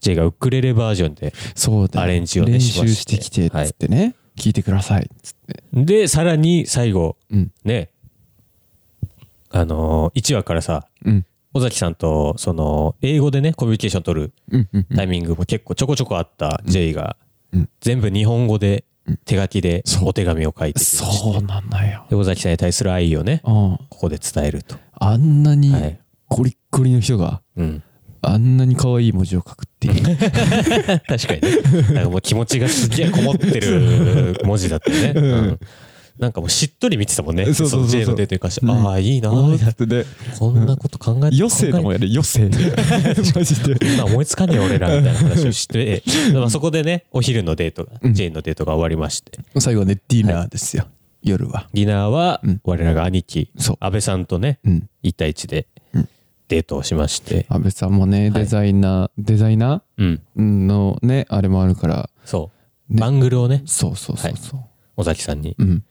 J がウクレレバージョンで
そうだよ。
アレンジをね
練
しま
習
し
しててきて、つってね。聞いてください、つって。
でさらに最後
うん。
ねあの1話からさ
うん。
尾崎さんとその英語でねコミュニケーション取る
うん。うん。
タイミングも結構ちょこちょこあった J が
うん
全部日本語で手書きで
そう
お手紙を書いてきまして
そうなんだよ。
で尾崎さんに対する愛をね
うん。
ここで伝えると、
あんなに
はい
ゴリッゴリの人が、
うん、
あんなに可愛い文字を書くっていう。 *laughs*
確かにねなんかもう気持ちがすげえこもってる文字だったよね、うんなんかもうしっとり見てたもんね。
そうそうそうそう
の J の出てる歌詞。
ん
ああ、いいな
あ
みたい
ー
な
っ。てね
こんなこと考えて
余生だもんやね余生マジで
*laughs* 今思いつかねえ俺らみたいな話を
*laughs*
して、まあそこでね、お昼のデートが、
うん
J のデートが終わりまして、
最後はねディナーですよ、夜は
ディナーは
うん
我らが兄貴、
そう
安倍さんとね、
うん
1対1でデートをしまして、
安倍さんもね
はい
デザイナー、デザイナ
うん、
ーのねあれもあるから
そう、
ね
バングルをね、
そうそうそうそう、
尾崎さんに。
うん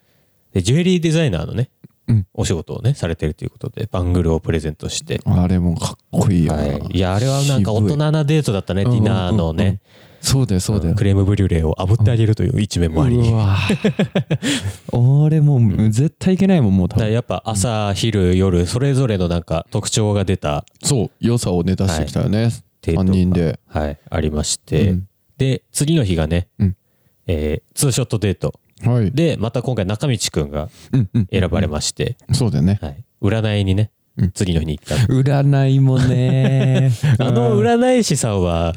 で、ジュエリーデザイナーのね、
うん
お仕事をね、されてるということで、バングルをプレゼントして、
あれもかっこいいよな
はい、いや、あれはなんか大人なデートだったね、デ
渋
ィ
い
ナーの
うんうんうん
ね、
そうだよそうだよ、
クレームブリュレを炙ってあげるという一面もあり、
うわ
*laughs*
俺もう絶対いけないもんもう多
だから
分
やっぱ朝、昼、夜、それぞれのなんか特徴が出た
そう良さをね出してきたよね、
デート
3
が
人で
はい、ありまして、
うん
で、次の日がね、
うん
えーツーショットデート。
はい
で、また今回中道くんが
うんうん
選ばれまして、
そうだよね
はい、占いにね
うん、
次の日に行
*laughs*
った。
占いも *laughs* ね
あの占い師さんは、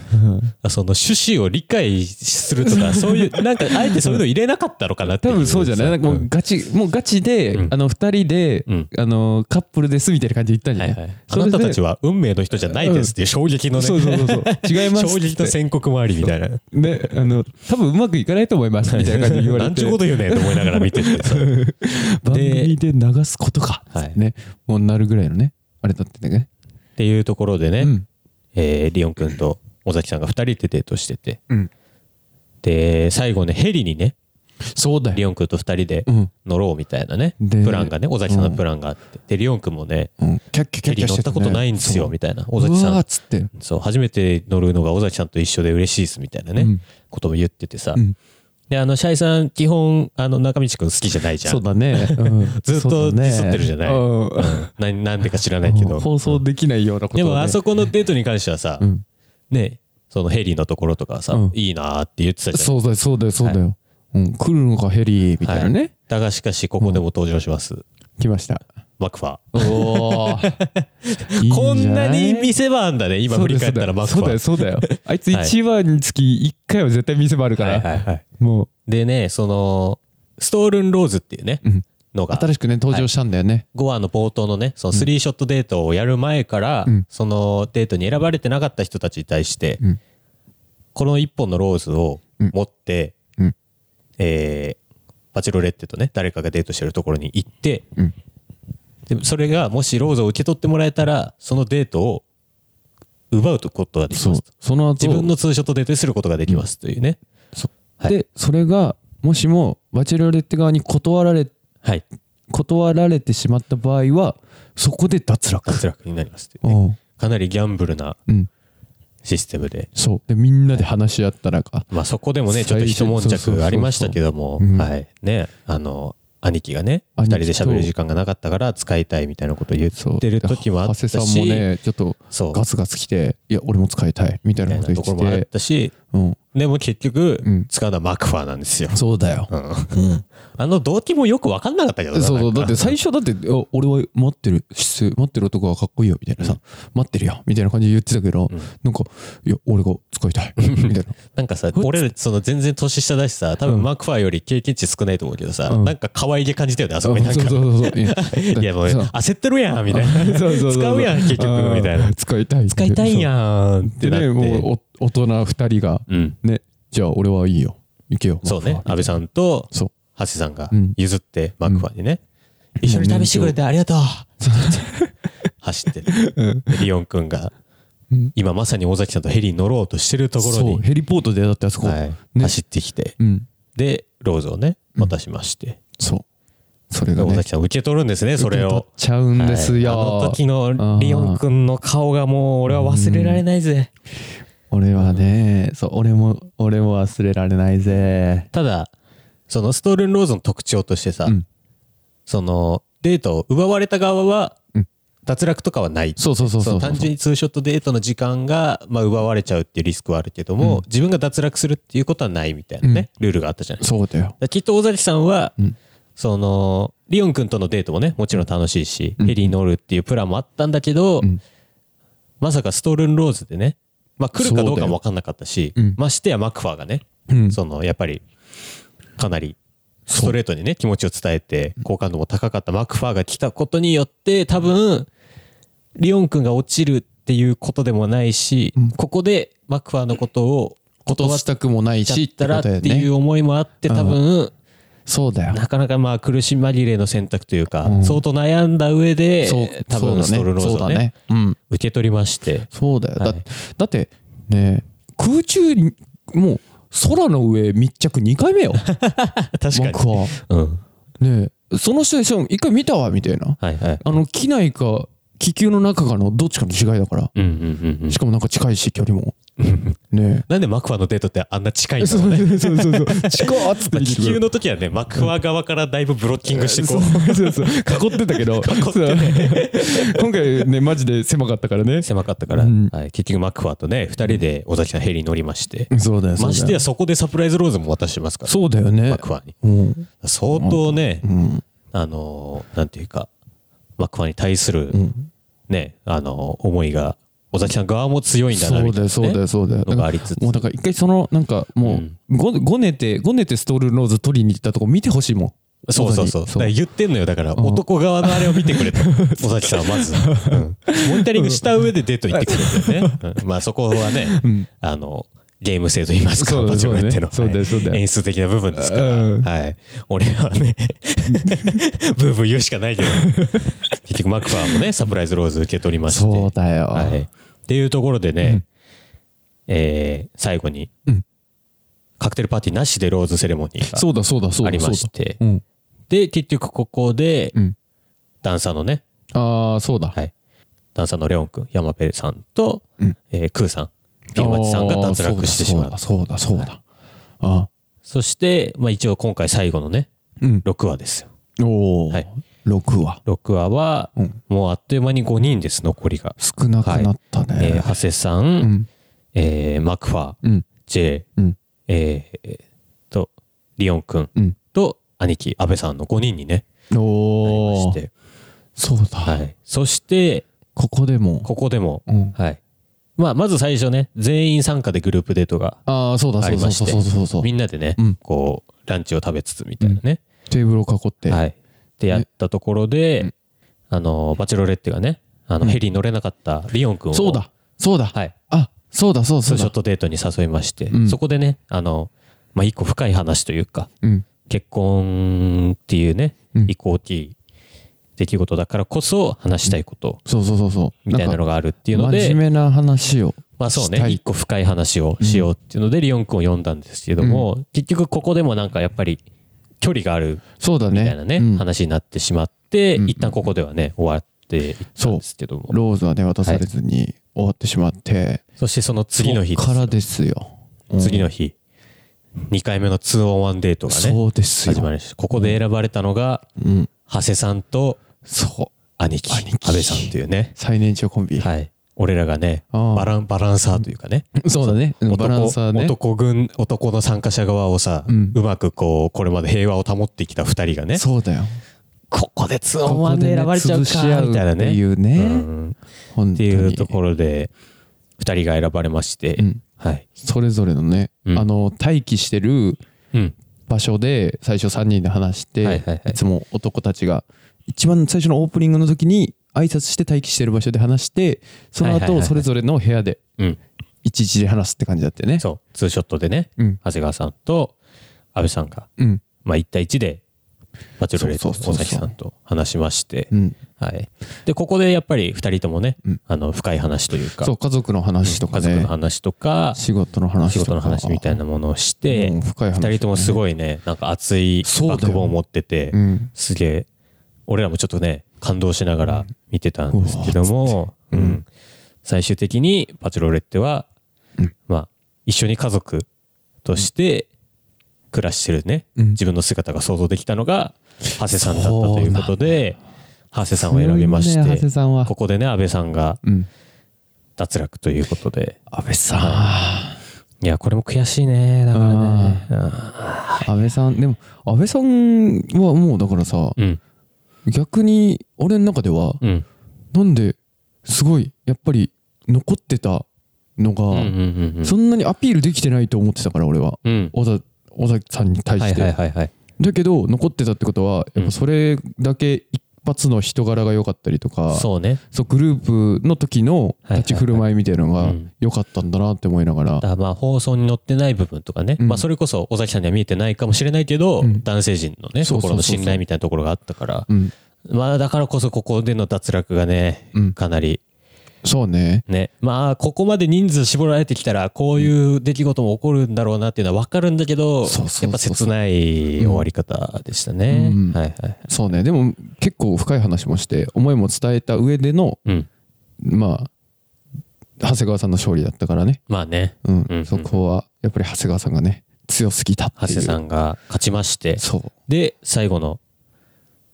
その趣旨を理解すると
*laughs*
か、そういう、なんか、あえてそういうの入れなかったのかなってい
多分そうじゃないなんかも
う
うんガチ、もうガチで、
うん
あの二人で、
うん
あのカップルですみたいな感じで言ったんじ
は
ゃないい、
はい。あなたたち
は
は運命の人じゃないですっていう衝撃のね、
そうそうそう
*laughs*
そう違いますっつ
衝
って
撃の宣告もありみたいな。
ねあの多分うまくいかないと思
*laughs*
いますみたいな感じで言われて
なんちゅうこと言うねんと思いながら見ててさ。
番組で流すことか、
はい
ねもうなるぐらいのねあれだってね
っていうところでね、
うん
えーリオン君と尾崎さんが2人でデートしてて、
うん
で最後ねヘリにね
そうだ
リ
よ
オン君と2人で
うん
乗ろうみたいなね、
で
プランがね尾崎さんのプランがあって、でリオン君もね
うん、キャッキャキ
ヘ
ャッキ
リ
ャ
乗っ
し
てたことないんですよみたいな尾
た
崎
う
さ
わーっ
ん
つって
そう初めて乗るのが尾崎さんと一緒で嬉しいですみたいなね、
うん
ことも言っててさ、
うん
であのシャイさん基本あの中道君好きじゃないじゃん
そうだね、うん
*laughs* ずっ
そ
と
う
デ
だね
ィスってるじゃない、
うん
ななんでか知らないけど
放送できないようなこと
で
をね、
もあそこのデートに関してはさ、
ん
ねそのヘリのところとかさ、
うん
いいなーって言ってたじゃん
そうだよそうだよそうだよ、うん、来るのかヘリみたいなね、
はいだがしかしここでも登場します、
来ました
マクファー
おお。 *laughs*
こんなに見
ス
せ場あんだね今振り返ったらマクフ
そう
ァ
だよ、
ー
そうだよ。そうだよ
*laughs*
あいつ
はい
1話につき1回は絶対見せ場あるか
はい
ら。
はいはい
も
でねそのストールンローズっていうね、
ん
の
う、
が
新しくね、登場したんだよね。
5話の冒頭のねそのスリーショットデートをやる前から、
うん
そのデートに選ばれてなかった人たちに対して、
うん
この1本のローズを持って、
うん
えーバチェロレッテとね誰かがデートしてるところに行って、
うん
でそれがもしローズを受け取ってもらえたらそのデートを奪うことができ
そう
ますと。
その後、
自分のツーショットデートにすることができますというね、はい
で、それが、もしも、バチェロレッテ側に断られ、
はい
断られてしまった場合は、そこで脱落。
脱落になりますというね
うん。
かなりギャンブルな
うん。
システムで
そう。で、みんなで話し合ったらか。
まあそこでもね、ちょっ
最
と
初
一悶
そうそうそう
着
そう
ありましたけども、
うん
はい。ね、あの、兄貴がね、二
兄貴
人
と
で喋る時間がなかったから使いたいみたいなこと言
そう。
ってる時もあったし、
で長谷さんもね、ちょっと、
そう、
ガツガツ来て、いや、俺も使いたい、みたい
みた
ないこと
なと
言
ころもあ
っ
って
て。
たし、
うん。
でも結局
うん、
使うのはマクファーなんですよ。
そうだよ。
うんあの動機もよく分かんなかったけどな
そうそう
なんか
だって最初だってあ「俺は待ってる失礼待ってる男はかっこいいよ」みたいなさ「待ってるよ」みたいな感じで言ってたけど、なんか「いや俺が使いたい」みたいな
なんかさ、俺らその全然年下だしさ、多分マクファーより経験値少ないと思うけどさ、
うん
なんか可愛げ感じたよね、 *laughs* あそ
そ
こ
う
に
そ
な
うん
か。
そうそう
*laughs*
いや
いやもう
そう
焦ってるやんみたいな。
*laughs* そうそうそう
使うやん結局みたいな
あー使いたい
使いたいやんっ
そ
て
う
なっ
でね
て。
もうお大人二人が
うん。
ねじゃあ俺はいいよ行けよ
そうね
マッ、
安倍さんと
そう
橋さんが
うん
譲って、マクファーにね、一緒に旅してくれてありがとう走って、リオン君が、今まさに尾崎さんとヘリに乗ろうとしてるところ
そう
に、
ヘリポートでだってあそこ、
はい
ね
走ってきて、
うん
で、ローズをね、渡しまして、
そうそれが
尾
ね
崎さん受け取るんですね、それ
受け取
を
っ。ちゃうんですよ、
はいあの時のリオン君の顔がもう俺は忘れられないぜ。
俺はねそう俺も俺も忘れられないぜ
ただ、そのストールンローズの特徴としてさ、
うん
そのデートを奪われた側は
うん
脱落とかはない。
そうそうそう
そ
そう
の単純にツーショットデートの時間が、まあ、奪われちゃうっていうリスクはあるけども、自分が脱落するっていうことはないみたいなね、ルールがあったじゃないですか
そうだよ
だからきっと尾崎さんは、
ん
そのリオン君とのデートもねもちろん楽しいし、
ん
ヘリに乗るっていうプランもあったんだけど、
ん
まさかストールンローズでね、まあ、来るかどう
そうだ
か
よ
も分かんなかったし、
うん
ましてやマクファーがね、
うん
そのやっぱりかなりストレートにね、気持ちを伝えて、好感度も高かったマクファーが来たことによって、多分、リオン君が落ちるっていうことでもないし、
うん
ここでマクファーのことを
断
断っ
したくもない
ちゃ
し
ったらって
ことだよ
いう
ね
思いもあって、多分、
そうだよ
なかなかまあ苦し紛れの選択というか、
うん
相当悩んだ上で
そう、
多
そう
分
だ
ストルノー
そう
ザを
だ
ね
ねうん
受け取りまして、
そうだよだ
はい
だってね空中にもう空の上密着2回目よ
*laughs* *laughs* 確かに
マク。は
うん。
ねえそのシチュエーション一回見たわみたいな
はいはい。
あの機内か気球の中かのどっちかの違いだから
うんうんうんうん
し。かもなんか近いし距
*laughs*
離もね
なんでマクファーのデートってあんな近いん
え
だ
そ
ろ
う
うね。
そうそうそう近っつって
まあ
言って
気
くる
球の時はね、マクファー側からだいぶブロッキングしてこう、
そうそうそう囲ってたけど今回ねマジで狭かったからね
狭かったから、
うん
はい、結局マクファーとね、二人で尾崎さんヘリに乗りまして、
そうだよ
ましてや
や
そこでサプライズローズも渡してますから、
そうだよね
マクファーに。
うん
相当ね
う、ん
あのー、なんていうか、マクファーに対する
うん
ね、あのー、思いが、尾崎さん側も強いんだな、
そう
みたい
だよ
な。
そうだよそうだよ
のがありつつ
もうだから一回そのなんかもうごごねてごねてストールノーズ取りに行ったとこ見てほしいもん
そうそうそう。だから言ってんのよ。だから、
ん
男側のあれを見てく
*laughs*
れと。尾崎さんはまず、うんモニタリングした上でデート行ってくれてね。うんまあそこはね、あの、ゲーム性と言いますか、
そうだ
どっちもやっての。
そうだね
はい
そうだよそうだよ
演出的な部分ですから。
うん
はい。俺はね、ブーブー言うしかないけど。結局、マクファーもね、サプライズローズ受け取りまして。
そうだよ
はい。っていうところでね、えー最後に
うん、
カクテルパーティーなしでローズセレモニーが。
そうだそうだそうだ
ありまして
そうだうん
で、結局ここで、
うん
ダンサーのね、
ああそうだ
はい、ダンサーのレオン君、ヤマペさんと、
うん
えークーさん、ピンマチさんが脱落してしまう。そ
そうだそうだそうだあ
して、まあ、一応今回最後のね、
うん
6話ですよ。
おお
はい
6話
6話は、
うん
もうあっという間に5人です、残りが。
少なくなった
えー、
ね
長谷さん、
うん
えーマクファー、
うん
ジェイ、
うん
えーえーっと、リオン君
うん
と、兄貴、安倍さんの5人にね、なり
お
まし
お
て、
そう
は
だ
い。そして、
ここでも
ここでも、
うん
はい。まあ、まず最初ね、全員参加でグループデートが、
ああそうだそうだそうそうそうそう
みんなでね、
うん
こう、ランチを食べつつみたいなね。
テーブルを囲って
はい。で、やったところで、
うん
あの、バチェロレッテがね、あの、
うん
ヘリに乗れなかったリオン君を、
そうだそうだ
はい。
あそうだそうだ
ツ
そ
ー
う
ショッ
だ
トデートに誘いまして、
うん
そこでね、あの、まあ、一個深い話というか、
うん
結婚っていうね、
うん
移行っていい出来事だからこそ話したいこと、
そうそうそうそう
みたいなのがあるっていうので、
真面目な話を
まあそう
した
ね、
い
一個深い話をしようっていうので、リオン君を呼んだんですけども、結局ここでもなんかやっぱり距離がある
そうだね
みたいなね、
うん
話になってしまって、
うん
一旦ここではね、終わっていったんですけども。
ローズはね渡されずに終わってしまって
そしてその次の日で
そっ
す
からですようん
次の日、2回目の 2on1 デートがね、
そうですよ
始まりました。ここで選ばれたのが、
うん
長谷さんと
そう
兄貴、
兄貴
安倍さんというね、
最年長コンビ
はい。俺らがね、
ああ
バラン、バランサーというかね、
そうだねうん
男
バランサーね
男軍男の参加者側をさ、う
うん
まくこうこれまで平和を保ってきた2人がね
そうだよ
ここで2
こ
オン
こ
1
で
で
ね
選ばれちゃう
潰
か
し合う
みたいなね
っていうね
うん
本当に
っていうところで2人が選ばれまして、
うん
はい、
それぞれのね
うん
あの待機してる
うん、
場所で最初3人で話し
はい
て
はいはい
いつも男たちが一番最初のオープニングの時に挨拶して待機してる場所で話してその
はいはいはい
後
はい
それぞれの部屋で
うん、
いちいちで話すって感じだったよね
そうツーショットでね、
うん
長谷川さんと安倍さんが、
うん
まあ、1対1でバチェロレット
そうそうそうそう
大崎さんと話しまして、
うん
はい、でここでやっぱり2人ともね、
うん
あの深い話というか
そう家族の話とか
家族
ね
の話とか
仕事の話
仕
とか
事の話みたいなものをして、
うん深い話
2人ともすごいねなんか熱い
そうだ
バッ
よ
クボーンを持ってて、
うん
すげえ俺らもちょっとね感動しながら見てたんですけども、うん最終的にパチロレッテは、
うん
まあ一緒に家族として暮らしてるね、
うん
自分の姿が想像できたのが長谷さんだったということで長谷さんを選びまし
すごいね長谷
て、
さんは
ここでね安倍さんが
うん
脱落ということで。
安倍さ
いや、これも悔しいね。だからね。
*laughs* ん安倍さんでも安倍さんはもうだからさ
うん。
逆に俺の中では
うん。
なんですごいやっぱり残ってた
うん。う
の
ん
が
うん
そんなにアピールできてないと思ってたから俺は
うん。
小田小田さんに対
はい
し
はい
て
はいはい。
だけど残ってたってことはやっ
うん
ぱそれだけ一発の人柄が良かったりとか、そう
そうね。
グループの時の立ち振る舞いみたいなの
はい
が
はいはいうん
良かったんだなって思いながら
だからまあ放送に載ってない部分とかね、
うん
まあそれこそ尾崎さんには見えてないかもしれないけど、
うん
男性陣のね、
そうそうそうそう
ところの信頼みたいなところがあったから、
うん
まあだからこそここでの脱落がね、
うん
かなり
そうね
ね、まあここまで人数絞られてきたら、こういう出来事も起こるんだろうなっていうのは分かるんだけど、
そうそうそうそ
や
う
っぱ切ない終わり方でしたね。
うん
はいはい。
そうねでも結構深い話もして思いも伝えた上での
うん。
まあ長谷川さんの勝利だったからね、
まあね、
うん
うん
そこはやっぱり長谷川さんがね強すぎたっていう
長谷さんが勝ちまして、
そう
で、最後の、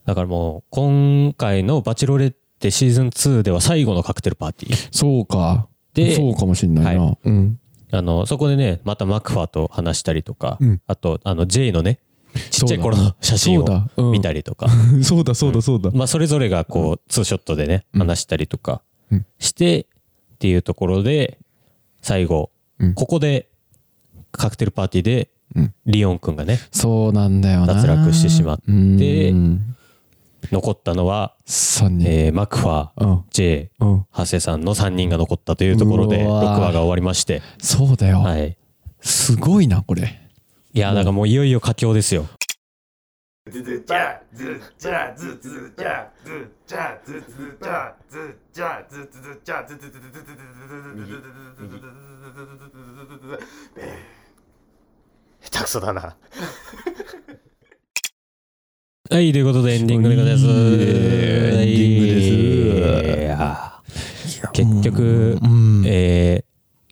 だからもう、今回のバチェロレッテシーズン2では最後のカクテルパーティー。
そうか
で
そうかもしんないな、
は
うん
あの、そこでね、またマクファーと話したりとか、
うん
あと、あの、J のね、ちっちゃい頃
そ
の写真
そう
を
だうん
見たりとか、
*laughs* そうだそうだそうだ
まあ、それぞれがこう、ツーショットでね、
うん
話したりとか
うん
して、っていうところで、最後、
うん
ここで、カクテルパーティーで
うん、
リオンくんがね、
そうなんだよな
脱落してしまって
3
残ったのは、
人
えーマクファー、
うん
J、
うん
長谷さんの3人が残ったというところで6
うわー
話が終わりまして、
そうだよ、
はい、
すごいなこれ
いやーだからもういよいよ佳境ですよ
ズズチャズチャズズチャズチャズズチャズチャズズチャズズズズズズズ下手くそだな
はいということでエンディングでございます
いいねエンディングです
いやー結局、
うん
えー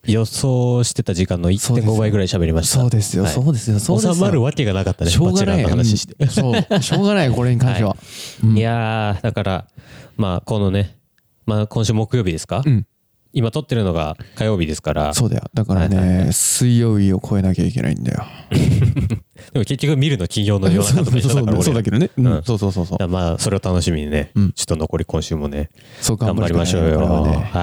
予想してた時間の
そうです
1.5
よ
倍ぐらい喋りました
そうですよ、
はい
そうですよそうですよ
収まるわけがなかったね
しょうがな
バチェラー
い
の話して、
うんそうしょうがないこれに関しては、うん
いやーだからまあこのねまあ今週木曜日ですか、
うん
今撮ってるのが火曜日ですから
そうだよだからね、
はいはいは
水曜日を超えなきゃいけないんだよ
でも結局見るの金曜の夜
そ
中
う
とか一緒だから俺ら
そうだけどね、うん
うん
そうそうそうそう
だからまあそれを楽しみにね、
うん
ちょっと残り今週もね
そう
頑張りましょうよ
頑張
は,、
りまし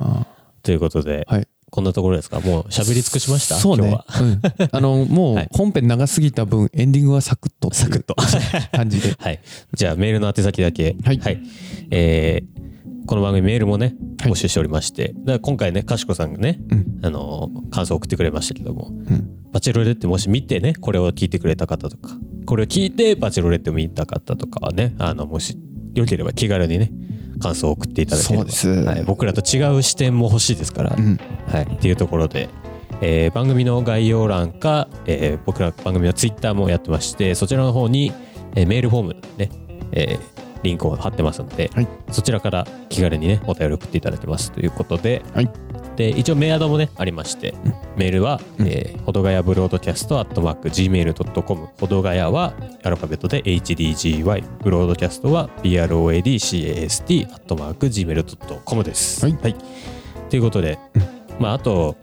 ょう
い
よ
ということで、
これはねうんはい
こんなところですかもう喋り尽くしました
そうね
今日は
うんあのも
は
う
い
本編長すぎた分エンディングはサクッと
サクッとは *laughs*
感じで
いじゃあメールの宛先だけ
はい
えーこの番組メールもね
はい
募集しておりまして、だから今回ねかしこさんがね、
うん
あのー感想を送ってくれましたけども
うん
バチェロレってもし見てねこれを聞いてくれた方とかこれを聞いてバチェロレって見た方とかはねあのもしよければ気軽にね感想を送っていただければ
そうです
はい、僕らと違う視点も欲しいですから、
うん
はい、っていうところで、えー番組の概要欄か、えー僕ら番組のツイッターもやってましてそちらの方に、えーメールフォームね、えーリンクを貼ってますので、
はい
そちらから気軽にねお便り送っていただけますということで、
はい
で一応メアドもねありまして、メールは、えーほどがやブロードキャストアットマーク Gmail.com ほどがやはアルファベットで HDGY ブロードキャストは BROADCAST アットマーク Gmail.com です
はい
ということで、まああと、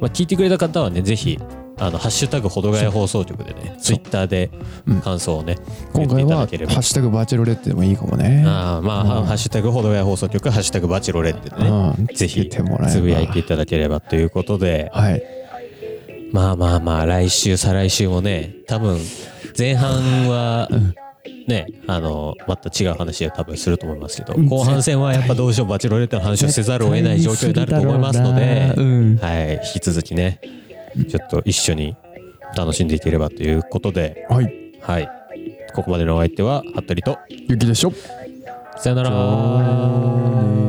まあ、聞いてくれた方はねぜひあのハッシュタグほどがや放送局でねツイッターで
うん
感想をね、言っ
今
て
回
いた
は
だ
「ハ
ければ
ッシュタグバチェロレッテ」でもいいかもね
ああまあ、
うん
ハッシュタグほどがや放送局ハッシュタグバチェロレってね、
うん
ぜ
つ
ひ
けてもらえれば
つぶやいていただければということで、
はい
まあまあまあ、来週、再来週もね、多分前半は、ね、あの、また違う話を多分すると思いますけど、
ん
後半戦はやっぱどうしてもバチェロレッテの話をせざるを得ない状況になると思いますの
絶対に
で、
するだろうなうん
はい、引き続きね、ちょっと一緒に楽しんでいければということで、
はい
はい、ここまでのお相手は、服部と、
雪でしょ
さよなら。